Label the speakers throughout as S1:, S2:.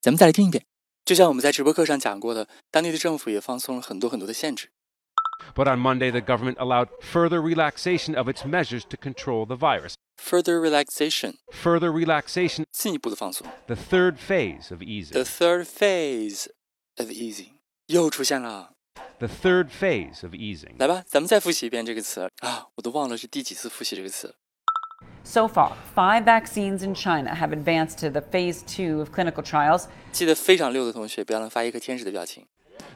S1: 咱们再来听一遍。就像我们在直播课上讲过的，当地的政府也放松了很多很多的限制。
S2: But on Monday, the government allowed further relaxation of its measures to control the virus.
S1: Further relaxation，
S2: Further relaxation,
S1: 进一步的放松。
S2: the third phase of
S1: The
S2: easing.
S1: third phase of easing 又出现了。
S2: The third phase of easing.
S1: 来吧，咱们再复习一遍这个词啊！我都忘了是第几次复习这个词。
S3: So far, five vaccines in China have advanced to the phase two of clinical trials.
S1: 记得非常溜的同学，不要乱发一颗天使的表情。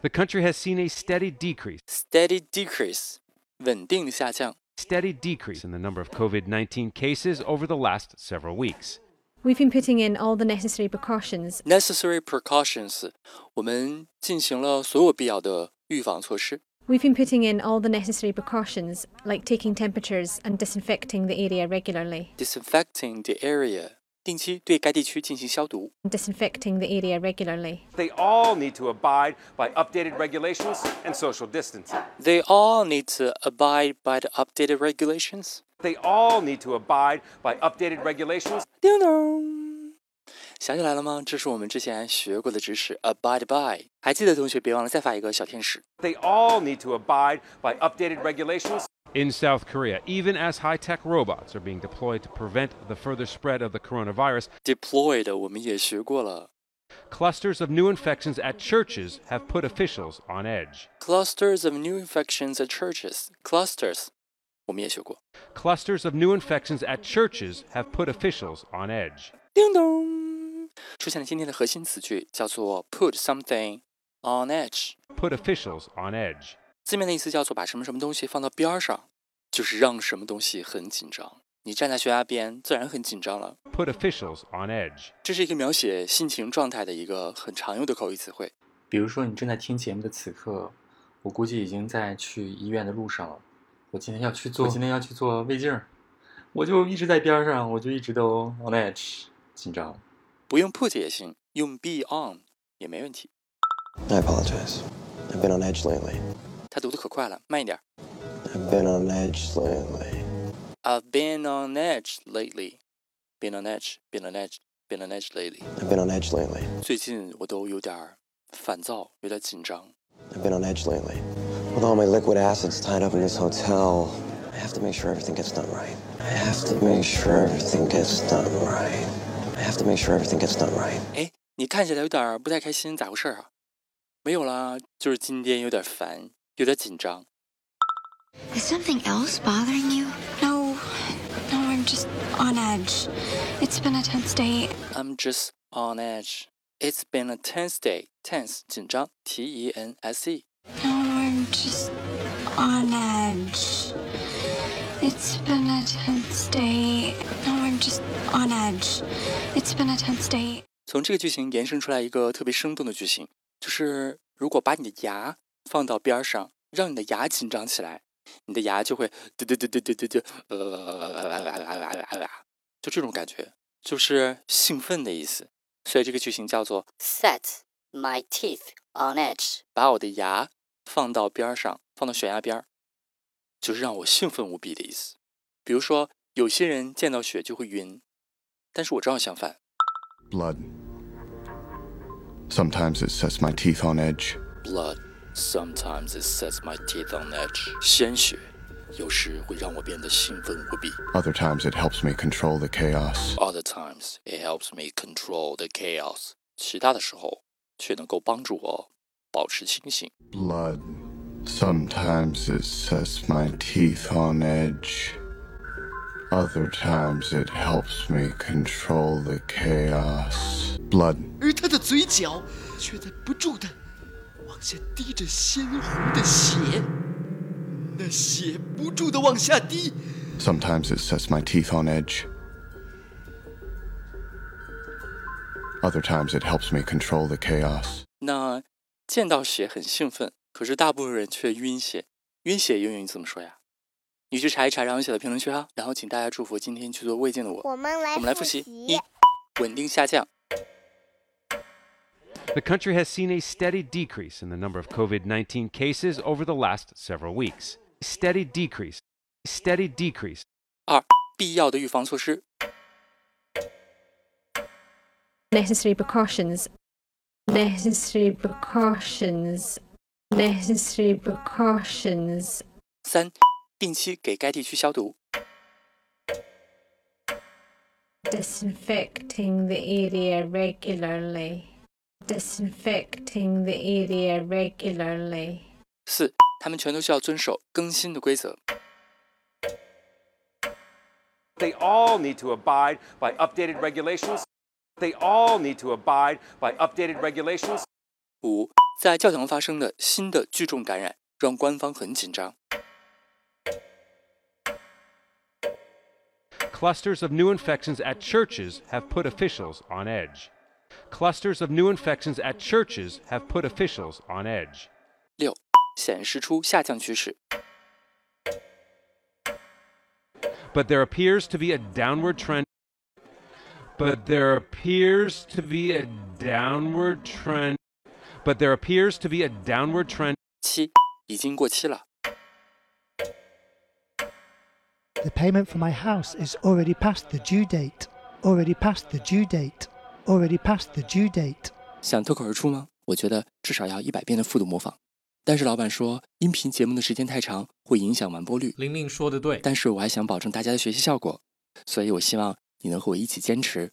S2: The country has seen a steady decrease,
S1: Steady decrease，稳定的下降。
S2: steady decrease in the number of COVID 19 cases over the last several weeks.
S4: We've been putting in all the necessary precautions.
S1: Necessary precautions，我们进行了所有必要的预防措施。
S4: We've been putting in all the necessary precautions, like taking temperatures and disinfecting the area regularly.
S1: Disinfecting the area，定期对该地区进行消毒。
S4: Disinfecting the area regularly.
S5: They all need to abide by updated regulations and social distancing.
S1: They all need to abide by the updated regulations.
S5: They all need to abide by updated regulations.
S1: 叮咚，想起来了吗？这是我们之前学过的知识，abide by。还记得的同学别忘了再发一个小天使。
S5: They all need to abide by updated regulations.
S2: In South Korea, even as high tech robots are being deployed to prevent the further spread of the coronavirus,
S1: Deployed 我们也学过了
S2: clusters of new infections at churches have put officials on edge.
S1: ，clusters of new infections at churches。clusters 我们也学过。
S2: Clusters of new infections at churches have put officials on edge.
S1: 叮咚，出现了今天的核心词句，叫做 put something on edge。
S2: Put officials on edge.
S1: 字面的意思叫做把什么什么东西放到边儿上，就是让什么东西很紧张。你站在悬崖边，自然很紧张了。
S2: Put officials on edge.
S1: 这是一个描写心情状态的一个很常用的口语词汇。比如说，你正在听节目的此刻，我估计已经在去医院的路上了。我今天要去做，我今天要去做胃镜儿，我就一直在边儿上，我就一直都 on edge，紧张。不用 put 也行，用 be on 也没问题。
S6: I apologize. I've been on edge lately.
S1: 他读的可快了，慢一点。
S6: I've been on edge lately.
S1: I've been on edge lately. Been on edge, been on edge, been on edge lately.
S6: I've been on edge lately.
S1: 最近我都有点儿烦躁，有点紧张。
S6: I've been on edge lately. With all my liquid acids tied up in this hotel, I have to make sure everything gets done right. I have to make sure everything gets done right. I have to make sure everything gets done right.
S1: 哎，你看起来有点儿不太开心，咋回事儿啊？没有啦，就是今天有点烦，有点紧张。
S7: Is something else bothering you? No, no, I'm just on edge. It's been a tense day.
S1: I'm just on edge. It's been a tense day. Tense，紧张，T E N S E。
S7: No, I'm just on edge. It's been a tense day. No, I'm just on edge. It's been a tense day.
S1: 从这个句型延伸出来一个特别生动的句型，就是如果把你的牙放到边儿上，让你的牙紧张起来，你的牙就会嘟嘟嘟嘟嘟嘟嘟，呃就这种感觉，就是兴奋的意思。所以这个句型叫做
S8: set my teeth on edge.
S1: 把我的牙放到边儿上，放到悬崖边儿，就是让我兴奋无比的意思。比如说，有些人见到雪就会晕，但是我正好相反。
S9: Blood. Sometimes it sets my teeth on edge.
S1: Blood sometimes it sets my teeth on edge。鲜血有时会让我变得兴奋无比。
S9: Other times it helps me control the chaos.
S1: Other times it helps me control the chaos。其他的时候却能够帮助我保持清醒。
S9: Blood. Sometimes it sets my teeth on edge. Other times it helps me control the chaos. Blood.
S10: 而他的嘴角却在不住的往下滴着鲜红的血，那血不住的往下滴，
S9: Sometimes it sets my teeth on edge. Other times it helps me control the chaos.
S1: 那见到血很兴奋，可是大部分人却晕血。晕血英语你怎么说呀？你去查一查，然后写到评论区哈。然后请大家祝福今天去做胃镜的我。
S11: 我们来
S1: 我们来
S11: 复
S1: 复习：
S11: 习
S1: 一、稳定下降；
S2: The country has seen a steady decrease in the number of COVID 19 cases over the last several weeks. Steady decrease. Steady decrease.
S1: 二、必要的预防措施；
S4: Necessary precautions. Necessary precautions. Necessary precautions.
S1: 三、定期给该地区消毒；
S4: Disinfecting the area regularly. Disinfecting the area regularly.
S1: 四、他们全都需要遵守更新的规则；
S5: They all need to abide by updated regulations. They all need to abide by updated regulations.
S1: 五、在教堂发生的新的聚众感染让官方很紧张；
S2: Clusters of new infections at churches have put officials on edge. Clusters of new infections at churches have put officials on edge.
S1: 六、显示出下降趋势；
S2: But there appears to be a downward trend. But there appears to be a downward trend. But there appears to be a downward trend.
S1: 七、已经过期了；
S12: The payment for my house is already past the due date. Already past the due date. Already past the due date.
S1: 想脱口而出吗？我觉得至少要一百遍的复读模仿。但是老板说，音频节目的时间太长，会影响完播率。
S13: 玲玲说的对，
S1: 但是我还想保证大家的学习效果，所以我希望你能和我一起坚持，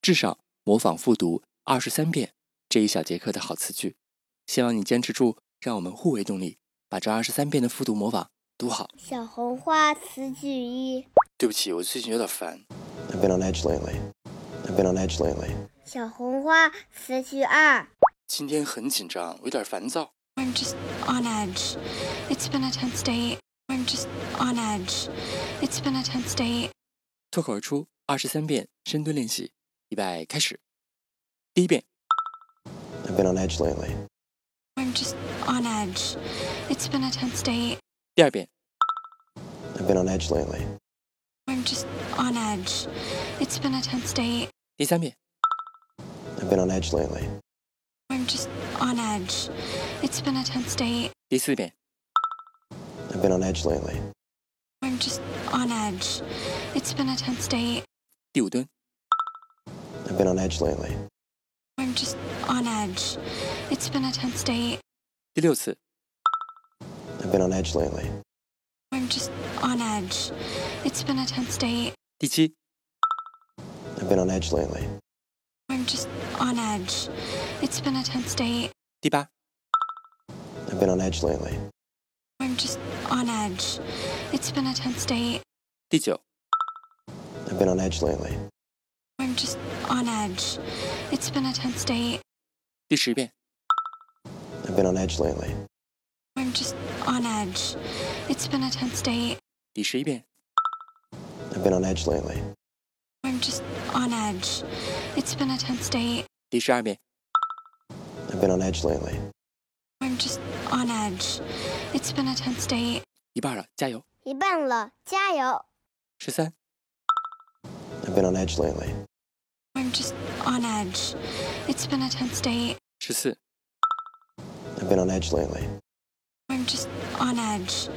S1: 至少模仿复读二十三遍这一小节课的好词句。希望你坚持住，让我们互为动力，把这二十三遍的复读模仿读好。
S11: 小红花词句一，
S1: 对不起，我最近有点烦。
S6: I've been on edge lately. I've been on edge lately.
S11: 小红花词句二，
S1: 今天很紧张，我有点烦躁。
S7: I'm just on edge. It's been a tense day. I'm just on edge. It's been a tense day.
S1: 脱口而出二十三遍深蹲练习，预备开始。第一遍，
S6: I've been on edge lately.
S7: I'm just on edge. It's been a tense day.
S1: 第二遍，
S6: I've been on edge lately.
S7: I'm just on edge. It's been a tense day.
S1: 第三遍，
S6: I've been on edge lately.
S7: I'm just on edge. It's been a tense day.
S1: 第四遍，
S6: I've been on edge lately.
S7: I'm just on edge. It's been a tense day.
S1: 第五蹲，
S6: I've been on edge lately.
S7: I'm just on edge. It's been a tense day.
S1: 第六次，
S6: I've been on edge lately.
S7: I'm just on edge. It's been a tense day.
S1: 第七，
S6: I've been on edge lately.
S7: I'm just on edge. It's been a tense day.
S1: 第八，
S6: I've been on edge lately.
S7: I'm just on edge. It's been a tense day.
S1: 第九，
S6: I've been on edge lately.
S7: I'm just on edge. It's been a tense day.
S1: 第十遍，
S6: I've been on edge lately.
S7: I'm just on edge. It's been a tense day.
S1: 第十一遍，
S6: I've been on edge lately.
S7: I'm just on edge. It's been a tense day.
S1: 第十二遍，
S6: I've been on edge lately.
S7: I'm just on edge. It's been a tense day.
S1: 一半了，加油！
S11: 一半了，加油！
S1: 十三、
S6: I've been on edge lately.
S7: I'm just on edge. It's been a tense day.
S1: 十四、
S6: I've been on edge lately.
S7: I'm just on edge.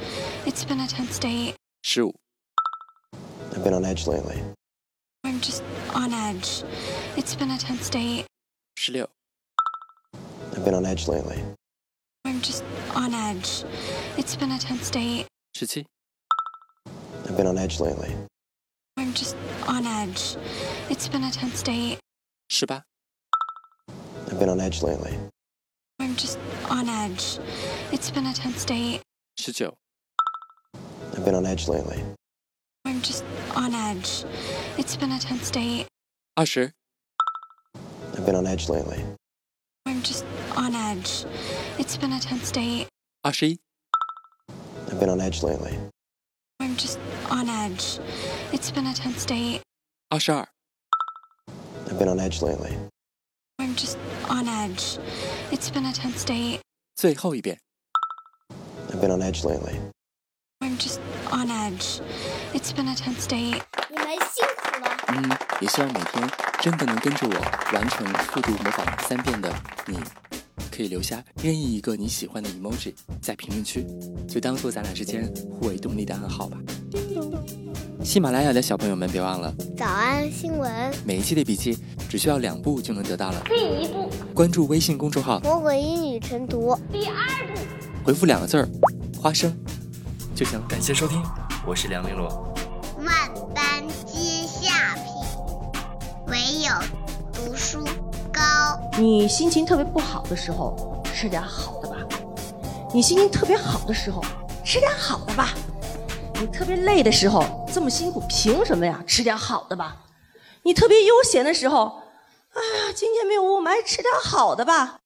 S7: It's been a tense day.
S1: 十五、
S6: I've been on edge lately.
S7: I'm just on edge. It's been a tense day.
S1: 十六、
S6: I've been on edge lately.
S7: I'm just on edge. It's been a tense day.
S1: 十七、
S6: I've been on edge lately.
S7: I'm just on edge. It's been a tense day.
S1: 十八、
S6: I've been on edge lately.
S7: I'm just on edge. It's been a tense day.
S1: 十九、
S6: I've been on edge lately.
S7: I'm just on edge. It's been a tense day.
S1: 二十、
S6: I've been on edge lately.
S7: I'm just on edge. It's been a tense day.
S1: 二十一、
S6: I've been on edge lately.
S7: I'm just on edge. It's been a tense day.
S1: 二十二、
S6: I've been on edge lately.
S7: I'm just on edge. It's been a tense day.
S1: 最后一遍。
S6: I've been on edge lately.
S7: I'm just on edge. It's been a tense day.
S14: 你们辛苦了。
S1: 嗯，也希望每天真的能跟着我完成复读模仿三遍的你，可以留下任意一个你喜欢的 emoji 在评论区，就当做咱俩之间互为动力的暗号吧。喜马拉雅的小朋友们，别忘了
S14: 早安新闻，
S1: 每一期的笔记只需要两步就能得到了。
S14: 第一步，
S1: 关注微信公众号，
S14: 魔鬼英语晨读；第二步，
S1: 回复两个字儿“花生”就行了。感谢收听，我是梁玲珑。
S11: 万般皆下品，唯有读书高。
S4: 你心情特别不好的时候，吃点好的吧；你心情特别好的时候，吃点好的吧；你特别累的时候，这么辛苦，凭什么呀？吃点好的吧；啊你特别悠闲的时候，哎呀，今天没有雾霾，吃点好的吧。